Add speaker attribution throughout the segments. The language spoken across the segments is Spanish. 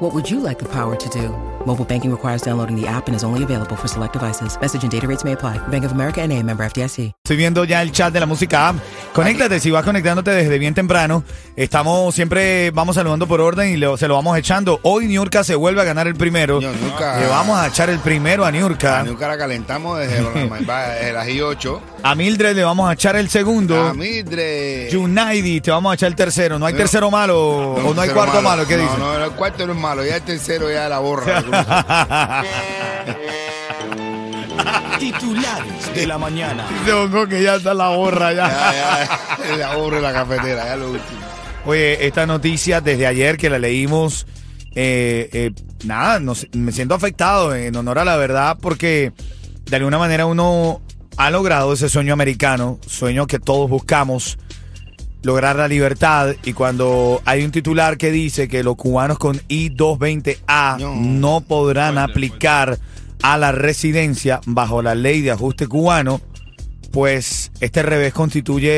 Speaker 1: What would you like the power to do? Mobile banking requires downloading the app and is only available for select devices. Message and data rates may apply. Bank of America and a member FDIC.
Speaker 2: Estoy viendo ya el chat de la música app. Conéctate, si vas conectándote desde bien temprano. Estamos siempre, vamos saludando por orden y lo- se lo vamos echando. Hoy Niurka se vuelve a ganar el primero.
Speaker 3: Yo, ah. Niurka.
Speaker 2: Le vamos a echar el primero a Niurka.
Speaker 3: La nuca la calentamos desde el, desde las I 8.
Speaker 2: A Mildred le vamos a echar el segundo.
Speaker 3: A Midre.
Speaker 2: United, te vamos a echar el tercero. No hay
Speaker 3: No.
Speaker 2: tercero malo o no hay
Speaker 3: tercero
Speaker 2: cuarto malo, ¿qué
Speaker 3: no,
Speaker 2: dices?
Speaker 3: No, no, el cuarto no es malo, ya el tercero ya la borra.
Speaker 2: Titulares de la mañana.
Speaker 3: que ya está la borra, ya. ya, ya. La borra en la cafetera, ya lo último.
Speaker 2: Oye, esta noticia desde ayer que la leímos, eh, eh, nada, no sé, me siento afectado eh, en honor a la verdad porque de alguna manera uno ha logrado ese sueño americano, sueño que todos buscamos, lograr la libertad y cuando hay un titular que dice que los cubanos con I-220A no,
Speaker 3: No.
Speaker 2: podrán aplicar a la residencia bajo la ley de ajuste cubano, pues este revés constituye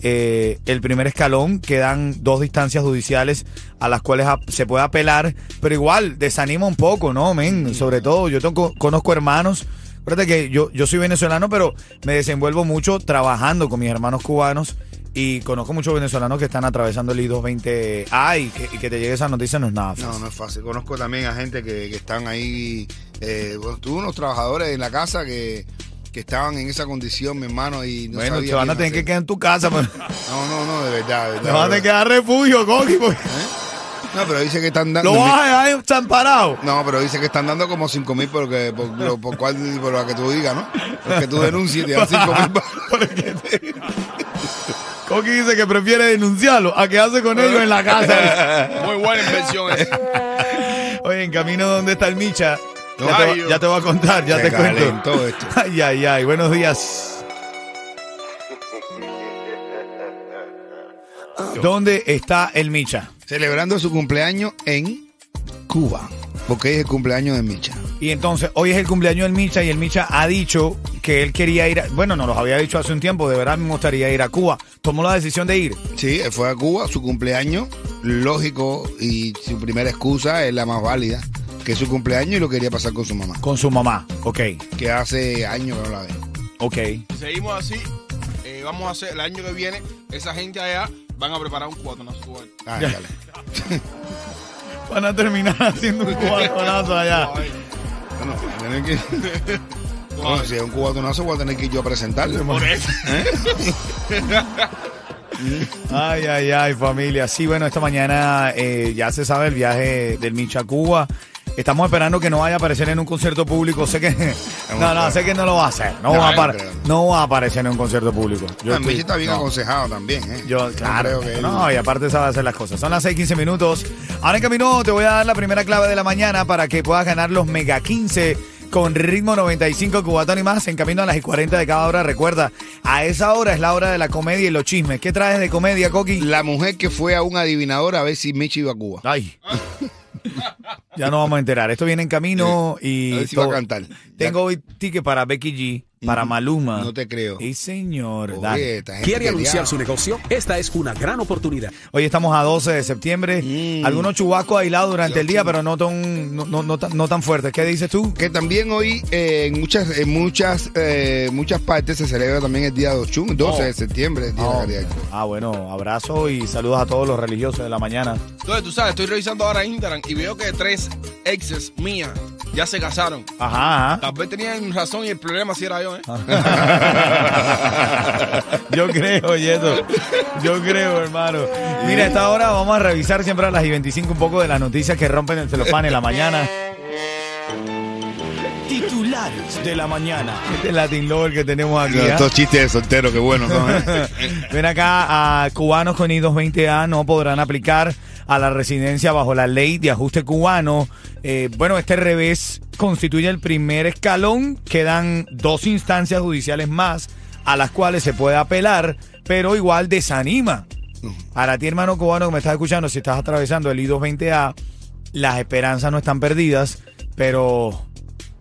Speaker 2: eh, el primer escalón, quedan dos distancias judiciales a las cuales ap- se puede apelar, pero igual desanima un poco, ¿no, men? Sobre todo, yo tengo, conozco hermanos, acuérdate que yo, yo soy venezolano, pero me desenvuelvo mucho trabajando con mis hermanos cubanos y conozco muchos venezolanos que están atravesando el I-220A y que, y que te llegue esa noticia no es nada fácil.
Speaker 3: No, no es fácil. Conozco también a gente que, que están ahí. Eh, bueno, tuve unos trabajadores en la casa que, que estaban en esa condición, mi hermano, y no
Speaker 2: bueno,
Speaker 3: sabía
Speaker 2: te van
Speaker 3: qué
Speaker 2: a tener que quedar en tu casa, pero
Speaker 3: hacer. No, no, no, de verdad, de verdad.
Speaker 2: te van a
Speaker 3: de
Speaker 2: tener que
Speaker 3: verdad.
Speaker 2: dar refugio, Coqui, porque-
Speaker 3: No, pero dice que están dando.
Speaker 2: Lo vas a dejar desamparado.
Speaker 3: No, pero dice que están dando como 5 mil por, que- por, lo- por, cual, por la que tú digas, ¿no? Porque tú denuncies y te dan 5 mil.
Speaker 2: Coqui dice que prefiere denunciarlo a quedarse con ellos en la casa.
Speaker 4: Muy buena inversión eh. esa.
Speaker 2: Oye, en camino donde está el Micha. Ya te,
Speaker 4: Ay,
Speaker 2: va- ya te voy a contar, ya
Speaker 3: Se
Speaker 2: te cuento.
Speaker 3: calentó esto.
Speaker 2: Ay, ay, ay. Buenos días. ¿Dónde está el Micha?
Speaker 3: Celebrando su cumpleaños en Cuba. Porque hoy es el cumpleaños de Micha.
Speaker 2: Y entonces, hoy es el cumpleaños del Micha y el Micha ha dicho que él quería ir a, Bueno, nos lo había dicho hace un tiempo, de verdad me gustaría ir a Cuba. Tomó la decisión de ir.
Speaker 3: Sí, él fue a Cuba, su cumpleaños, lógico, y su primera excusa es la más válida, que es su cumpleaños y lo quería pasar con su mamá,
Speaker 2: Con su mamá. Ok,
Speaker 3: que hace años que no la ve.
Speaker 2: ok.
Speaker 4: Si seguimos así, eh, vamos a hacer el año que viene, esa gente allá van a preparar un cuatonazo. cubano.
Speaker 3: Ah,
Speaker 2: Ya.
Speaker 3: dale.
Speaker 2: Van a terminar haciendo un cuadronazo allá.
Speaker 4: Ay,
Speaker 3: Bueno, tienen que-
Speaker 4: no,
Speaker 3: Bueno, si es un cubatonazo, voy a tener que ir yo a presentarle.
Speaker 4: por eso.
Speaker 2: Ay, ay, ay, familia. Sí, bueno, esta mañana eh, ya se sabe el viaje del Micha a Cuba. Estamos esperando que no vaya a aparecer en un concierto público. Sé que. No, no, sé que no lo va a hacer. No,
Speaker 3: No,
Speaker 2: va, a
Speaker 3: no
Speaker 2: apar-
Speaker 3: creo.
Speaker 2: no va a aparecer en un concierto público.
Speaker 3: Ah,
Speaker 2: estoy-
Speaker 3: Micha está bien
Speaker 2: no.
Speaker 3: aconsejado también, ¿eh?
Speaker 2: Yo,
Speaker 3: No
Speaker 2: claro.
Speaker 3: creo que él-
Speaker 2: No, y aparte sabe hacer las cosas. Son las 6:15 minutos. Ahora en camino te voy a dar la primera clave de la mañana para que puedas ganar los Mega 15 con ritmo 95 cubatón y más en camino a las y 40 de cada hora. Recuerda, a esa hora es la hora de la comedia y los chismes. ¿Qué traes de comedia, Coqui?
Speaker 3: La mujer que fue a un adivinador a ver si Michi iba a Cuba.
Speaker 2: Ay. ya nos vamos a enterar. Esto viene en camino y.
Speaker 3: Eh, A ver si va a
Speaker 2: todo.
Speaker 3: cantar.
Speaker 2: Tengo hoy ticket para Becky G, para Maluma.
Speaker 3: No te creo.
Speaker 2: Y señor,
Speaker 3: Oye,
Speaker 2: dale.
Speaker 3: esta gente
Speaker 5: ¿Quiere
Speaker 3: que
Speaker 5: anunciar
Speaker 3: ya-
Speaker 5: su negocio? Esta es una gran oportunidad.
Speaker 2: Hoy estamos a 12 de septiembre. Algunos chubascos aislados durante el día, pero no tan, no, no- no tan- no tan fuertes. ¿Qué dices tú?
Speaker 3: Que también hoy eh, en muchas en muchas eh, muchas partes se celebra también el día de Ochun, 12 de septiembre, el día de la caridad.
Speaker 2: Ah, bueno, abrazo y saludos a todos los religiosos de la mañana.
Speaker 4: Entonces, tú sabes, estoy revisando ahora Instagram y veo que tres exes mías ya se casaron.
Speaker 2: Ajá. ajá.
Speaker 4: Tal vez tenían razón y el problema sí era yo,
Speaker 2: Ah,
Speaker 4: ¿eh?
Speaker 2: Yo creo, y eso. Yo creo, hermano. Mira, a esta hora vamos a revisar siempre a las y 25 un poco de las noticias que rompen el celofán en la mañana. titulares de la mañana. Este es Latin Lover que tenemos aquí. ¿ah?
Speaker 3: Estos chistes de soltero, qué bueno son, ¿eh?
Speaker 2: Ven acá, a cubanos con I-220A no podrán aplicar a la residencia bajo la ley de ajuste cubano. Eh, bueno, este revés constituye el primer escalón. Quedan dos instancias judiciales más a las cuales se puede apelar, pero igual desanima. Para ti, hermano cubano que me estás escuchando, si estás atravesando el I-220A, las esperanzas no están perdidas, pero...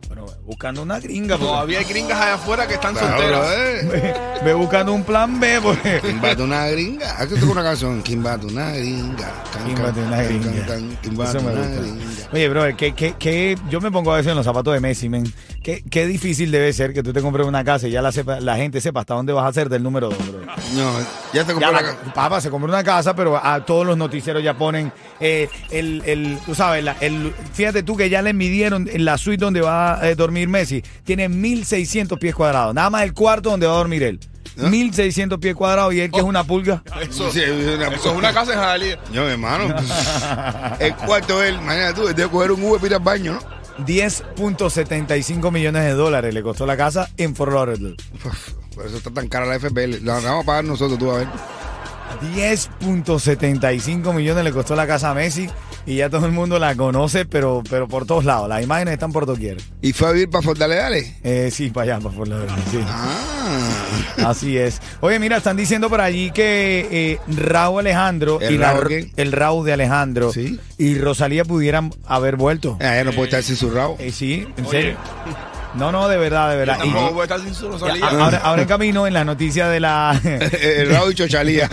Speaker 2: Bueno, buscando una gringa. porque-
Speaker 4: Todavía hay gringas allá afuera que están
Speaker 3: Claro,
Speaker 4: solteras.
Speaker 3: ¿eh?
Speaker 2: Ve, ve buscando un plan B, porque
Speaker 3: ¿Quién bate una gringa? Aquí tengo una canción. ¿Quién bate una gringa? Can,
Speaker 2: ¿Quién
Speaker 3: can,
Speaker 2: bate una
Speaker 3: can,
Speaker 2: gringa?
Speaker 3: can, can. ¿Quién bate
Speaker 2: Eso me
Speaker 3: una
Speaker 2: gusta.
Speaker 3: gringa?
Speaker 2: Oye, brother, que, que, que yo me pongo a veces en los zapatos de Messi, men. Qué, qué difícil debe ser que tú te compres una casa y ya la, sepa- la gente sepa hasta dónde vas a ser del número 2, brother.
Speaker 3: No, ya
Speaker 2: Ya
Speaker 3: te compré
Speaker 2: la-
Speaker 3: la ca-
Speaker 2: papá se compró una casa, pero a todos los noticieros ya ponen eh, el, el, tú sabes, la- el, fíjate tú que ya le midieron en la suite donde va a eh, dormir Messi. Tiene 1600 pies cuadrados, nada más el cuarto donde va a dormir él. 1600 pies cuadrados y él
Speaker 3: Oh.
Speaker 2: que es una pulga.
Speaker 4: Eso,
Speaker 3: Sí, es una-
Speaker 4: eso es una casa en Jalía.
Speaker 3: Yo, mi hermano, pues, el cuarto de él, imagínate tú, debe coger un Uber para ir al baño, ¿no?
Speaker 2: 10.75 millones de dólares le costó la casa en Fort Lauderdale.
Speaker 3: Uf, Por eso está tan cara la FPL. La vamos a pagar nosotros, tú a ver.
Speaker 2: 10.75 millones le costó la casa a Messi y ya todo el mundo la conoce, pero, pero por todos lados. Las imágenes están por doquier.
Speaker 3: Y fue a vivir para Fortaledale.
Speaker 2: Eh, sí, para allá, para Fort Lauderdale, sí.
Speaker 3: Ah,
Speaker 2: Así es. Oye, mira, están diciendo por allí que eh, Raúl Alejandro
Speaker 3: ¿El
Speaker 2: y la-
Speaker 3: Raúl qué?
Speaker 2: el Raúl de Alejandro
Speaker 3: Sí.
Speaker 2: y Rosalía pudieran haber vuelto.
Speaker 3: Eh, ya no puede estar sin su rabo.
Speaker 2: Eh, sí, en
Speaker 4: Oye.
Speaker 2: serio. No, no, de verdad, de verdad. Y-
Speaker 4: Tampoco puede estar sin su
Speaker 2: y- a-
Speaker 4: Rosalía.
Speaker 2: ahora, ahora en camino en la noticia de la
Speaker 3: Eh, El rabo y chochalía.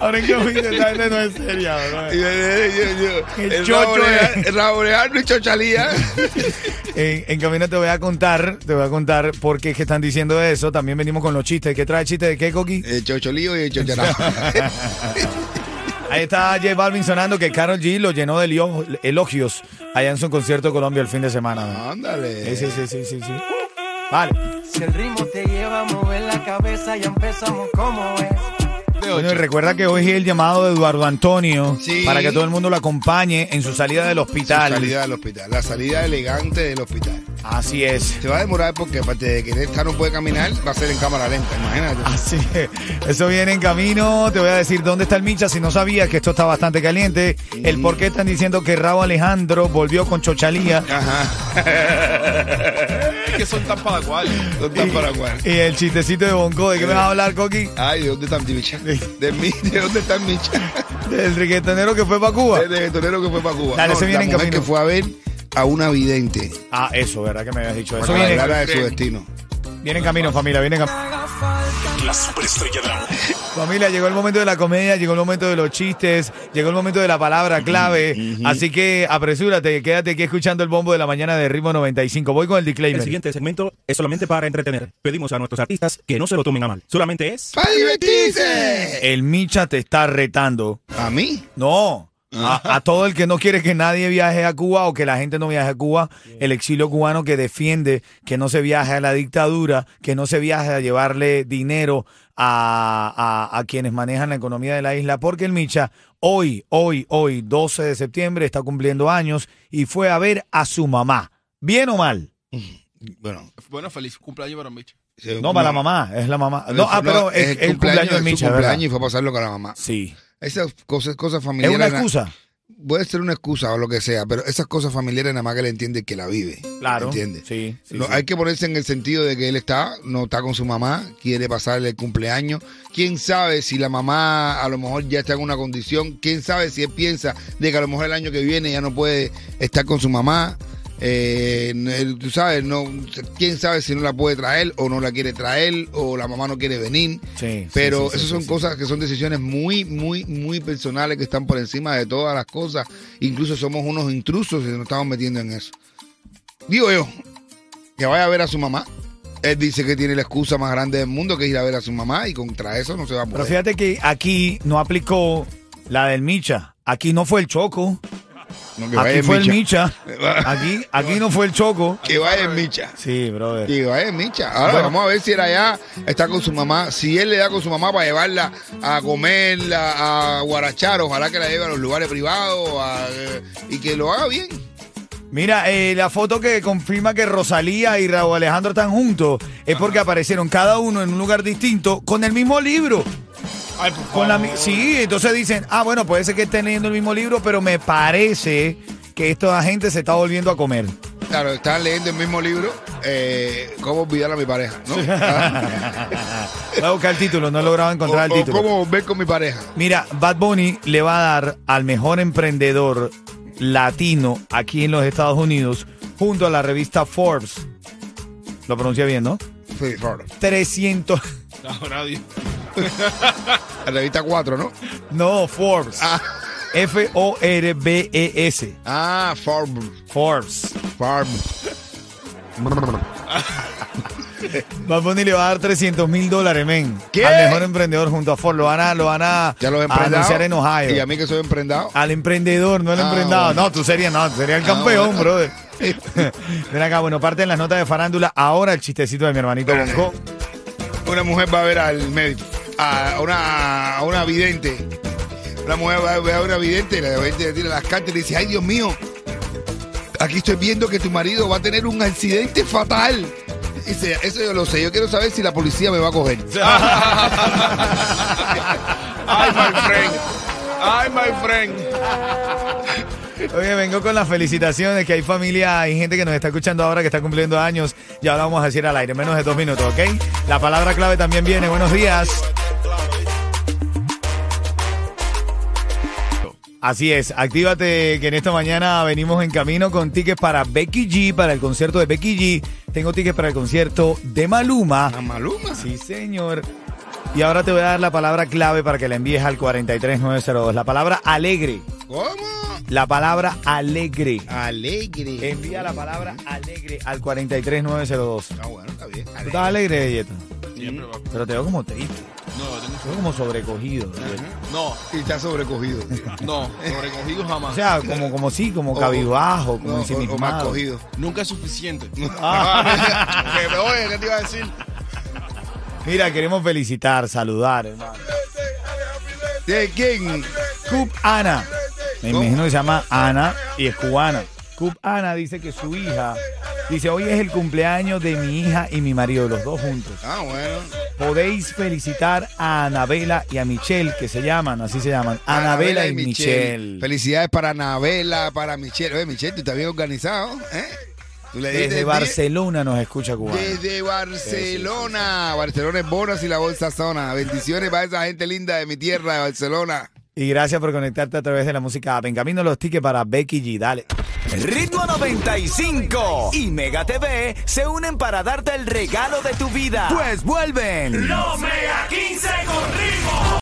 Speaker 2: Ahora en camino esta gente no es seria, bro.
Speaker 3: Y, eh, eh, yo- yo-
Speaker 2: El
Speaker 3: el
Speaker 2: chocho eh.
Speaker 3: rabo
Speaker 2: era-
Speaker 3: de- el rabo de Alejandro y chochalía.
Speaker 2: En, en camino te voy a contar, te voy a contar por qué es que están diciendo eso. También venimos con los chistes. ¿Qué trae chiste de qué, Coqui?
Speaker 3: El chocholío y el chocharabo.
Speaker 2: Ahí está J Balvin sonando que Carol G lo llenó de elio- elogios allá en su concierto de Colombia el fin de semana. man. Sí,
Speaker 3: Ándale.
Speaker 2: sí, sí, sí, sí, sí. Vale.
Speaker 6: Si el ritmo te lleva a mover la cabeza, ya empezamos como es.
Speaker 2: Bueno, y recuerda que hoy es el llamado de Eduardo Antonio
Speaker 3: Sí.
Speaker 2: para que todo el mundo lo acompañe en su salida del
Speaker 3: La
Speaker 2: hospital.
Speaker 3: salida del hospital. La salida elegante del hospital.
Speaker 2: Así es.
Speaker 3: Se va a demorar porque aparte de que esta no puede caminar, va a ser en cámara lenta, imagínate.
Speaker 2: Así es. Eso viene en camino. Te voy a decir dónde está el Micha si no sabías que esto está bastante caliente. El por qué están diciendo que Raúl Alejandro volvió con Chochalía.
Speaker 4: Es que son tan padacuales.
Speaker 3: No está para cuál.
Speaker 2: Y el chistecito de Bonco. ¿De qué me vas a hablar, Coqui?
Speaker 3: Ay, ¿de dónde está mi bicha? De mí, ¿de dónde está mi bicha?
Speaker 2: Del riquetonero que fue para Cuba.
Speaker 3: El reggaetonero que fue para Cuba.
Speaker 2: Dale, se viene
Speaker 3: la
Speaker 2: en
Speaker 3: mujer
Speaker 2: camino.
Speaker 3: que fue a ver a una vidente.
Speaker 2: Ah, eso, ¿verdad? Que me habías dicho eso.
Speaker 3: Para
Speaker 2: Viene,
Speaker 3: que hablara de su destino.
Speaker 2: viene en camino, familia. Viene en camino.
Speaker 7: La superestrella de la música.
Speaker 2: Familia, llegó el momento de la comedia, llegó el momento de los chistes, llegó el momento de la palabra clave. Así que apresúrate, quédate aquí escuchando el bombo de la mañana de ritmo 95. Voy con el
Speaker 8: El
Speaker 2: disclaimer.
Speaker 8: siguiente segmento es solamente para entretener. Pedimos a nuestros artistas que no se lo tomen a mal. Solamente es...
Speaker 3: ¡Para divertirse!
Speaker 2: El Micha te está retando.
Speaker 3: ¿A mí?
Speaker 2: No. A, a todo el que no quiere que nadie viaje a Cuba o que la gente no viaje a Cuba, el exilio cubano que defiende que no se viaje a la dictadura, que no se viaje a llevarle dinero a, a- a quienes manejan la economía de la isla, porque el Micha hoy, hoy, hoy, 12 de septiembre, está cumpliendo años y fue a ver a su mamá. ¿Bien o mal?
Speaker 3: Bueno.
Speaker 4: Bueno, feliz cumpleaños para Micho.
Speaker 3: se-
Speaker 2: No, para la mamá, es la mamá. No, ah,
Speaker 3: no,
Speaker 2: pero es, el cumpleaños, del
Speaker 3: es su
Speaker 2: Micha, ¿verdad?
Speaker 3: cumpleaños y fue a pasarlo con la mamá.
Speaker 2: Sí.
Speaker 3: Esas cosas, cosas
Speaker 2: Es
Speaker 3: familiares.
Speaker 2: una
Speaker 3: na-
Speaker 2: excusa.
Speaker 3: Puede ser una excusa o lo que sea, pero esas cosas familiares nada más que le entiende el que la vive.
Speaker 2: Claro.
Speaker 3: ¿Entiendes?
Speaker 2: Sí, sí,
Speaker 3: No,
Speaker 2: sí.
Speaker 3: Hay que ponerse en el sentido de que él está, no está con su mamá, quiere pasarle el cumpleaños. Quién sabe si la mamá a lo mejor ya está en una condición. Quién sabe si él piensa de que a lo mejor el año que viene ya no puede estar con su mamá. Eh, él, tú sabes, no, quién sabe si no la puede traer o no la quiere traer o la mamá no quiere venir.
Speaker 2: Sí, sí,
Speaker 3: Pero
Speaker 2: sí, sí,
Speaker 3: esas son
Speaker 2: sí, sí.
Speaker 3: cosas que son decisiones muy, muy, muy personales que están por encima de todas las cosas. Incluso somos unos intrusos y nos estamos metiendo en eso. Digo yo, que vaya a ver a su mamá. Él dice que tiene la excusa más grande del mundo que es ir a ver a su mamá y contra eso no se va a
Speaker 2: Pero
Speaker 3: poder.
Speaker 2: fíjate que aquí no aplicó la del Micha. Aquí no fue el Choco.
Speaker 3: No, que vaya
Speaker 2: Aquí
Speaker 3: el
Speaker 2: fue
Speaker 3: Micha.
Speaker 2: el Micha. Aquí, aquí no fue el Choco.
Speaker 3: Que vaya el Micha.
Speaker 2: Sí, brother.
Speaker 3: Que vaya el Micha. Ahora
Speaker 2: Bueno.
Speaker 3: vamos a ver si él allá está con su mamá. Si él le da con su mamá para llevarla a eh, comerla, a guarachar, ojalá que la lleve a los lugares privados a- y que lo haga bien.
Speaker 2: Mira, eh, la foto que confirma que Rosalía y Raúl Alejandro están juntos es porque aparecieron cada uno en un lugar distinto con el mismo libro.
Speaker 4: Ay, por
Speaker 2: pues, Con la, mi-
Speaker 3: Oh.
Speaker 4: favor.
Speaker 2: sí, entonces dicen, ah, bueno, puede ser que estén leyendo el mismo libro, pero me parece que esta gente se está volviendo a comer.
Speaker 3: Claro, estaban leyendo el mismo libro, eh, ¿Cómo olvidar a mi pareja? ¿no?
Speaker 2: Voy a buscar el título, no he logrado encontrar el
Speaker 3: O- o
Speaker 2: título.
Speaker 3: ¿Cómo volver con mi pareja?
Speaker 2: Mira, Bad Bunny le va a dar al mejor emprendedor latino aquí en los Estados Unidos junto a la revista Forbes. Lo pronuncia bien, ¿no?
Speaker 3: Sí, claro.
Speaker 2: 300.
Speaker 4: Ahora Dios.
Speaker 3: La revista 4, ¿no?
Speaker 2: No, Forbes.
Speaker 3: Ah.
Speaker 2: F-O-R-B-E-S.
Speaker 3: Ah, Farm.
Speaker 2: E Forbes.
Speaker 3: Farm.
Speaker 2: Bad Bunny le va a dar 300 mil dólares, men.
Speaker 3: ¿Qué?
Speaker 2: Al mejor emprendedor junto a Forbes. Lo van a, lo van a,
Speaker 3: Ya los
Speaker 2: a
Speaker 3: emprendados.
Speaker 2: anunciar en Ohio.
Speaker 3: Y a mí que soy emprendado.
Speaker 2: Al emprendedor, no al
Speaker 3: Ah,
Speaker 2: emprendado.
Speaker 3: bueno. Ah,
Speaker 2: No, tú serías, no, tú serías el campeón,
Speaker 3: bueno.
Speaker 2: brother. Ven acá, bueno, parte en las notas de farándula. Ahora el chistecito de mi hermanito
Speaker 3: Espérate.
Speaker 2: Bonco.
Speaker 3: Una mujer va a ver al médico, a una, a una vidente. Una mujer va a ver a una vidente, la vidente le tira las cartas y le dice, ay Dios mío, aquí estoy viendo que tu marido va a tener un accidente fatal. Dice, eso yo lo sé, yo quiero saber si la policía me va a coger.
Speaker 4: Ay, my friend. Ay, my friend.
Speaker 2: Oye, vengo con las felicitaciones, que hay familia, hay gente que nos está escuchando ahora que está cumpliendo años. Ya ahora vamos a decir al aire, menos de dos minutos, ¿ok? La palabra clave también viene. Buenos días. Así es, actívate que en esta mañana venimos en camino con tickets para Becky G, para el concierto de Becky G. Tengo tickets para el concierto de Maluma.
Speaker 3: A Maluma.
Speaker 2: Sí, señor. Y ahora te voy a dar la palabra clave para que la envíes al 43902. La palabra alegre.
Speaker 3: ¿Cómo?
Speaker 2: La palabra alegre.
Speaker 3: Alegre.
Speaker 2: Envía la palabra alegre al 43902. ¿Tú
Speaker 3: Ah, bueno, está bien.
Speaker 2: estás alegre, Belleta?
Speaker 4: Siempre va.
Speaker 2: Pero te veo como triste.
Speaker 4: No, tengo
Speaker 2: Te veo como sobrecogido. Belleta.
Speaker 4: No,
Speaker 3: Y está sobrecogido.
Speaker 4: no, sobrecogido
Speaker 2: O
Speaker 4: jamás.
Speaker 2: sea, como, como sí, como
Speaker 3: O-
Speaker 2: cabibajo,
Speaker 3: No,
Speaker 2: como
Speaker 3: o, o más
Speaker 2: ensimismado.
Speaker 3: cogido.
Speaker 4: Nunca es suficiente.
Speaker 2: Ah.
Speaker 4: Que me oye, ¿qué te iba a decir?
Speaker 2: Mira, queremos felicitar, saludar, hermano.
Speaker 3: ¿De quién?
Speaker 2: Cup Ana. Me
Speaker 3: ¿Cómo?
Speaker 2: imagino que se llama Ana y es cubana. Cup Ana dice que su hija, dice, hoy es el cumpleaños de mi hija y mi marido, los dos juntos.
Speaker 3: Ah, bueno.
Speaker 2: Podéis felicitar a Anabela y a Michelle, que se llaman, así se llaman. Anabela y Michelle.
Speaker 3: Felicidades para Anabela, para Michelle. Oye, Michelle, tú estás bien organizado, ¿eh? Tú le diste
Speaker 2: Desde
Speaker 3: diez-
Speaker 2: Barcelona nos escucha cubana.
Speaker 3: Desde Barcelona. Barcelona es Bonas y la Bolsa Zona. Bendiciones para esa gente linda de mi tierra, de Barcelona.
Speaker 2: Y gracias por conectarte a través de la música. Ven camino los tickets para Becky G. Dale.
Speaker 9: Ritmo 95 y Mega TV se unen para darte el regalo de tu vida. Pues vuelven. Los Mega 15 con